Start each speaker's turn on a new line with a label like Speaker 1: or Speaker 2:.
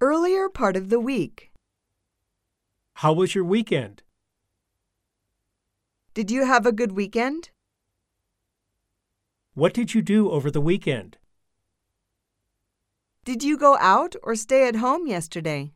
Speaker 1: Earlier part of the week.
Speaker 2: How was your weekend?
Speaker 1: Did you have a good weekend?
Speaker 2: What did you do over the weekend?
Speaker 1: Did you go out or stay at home yesterday?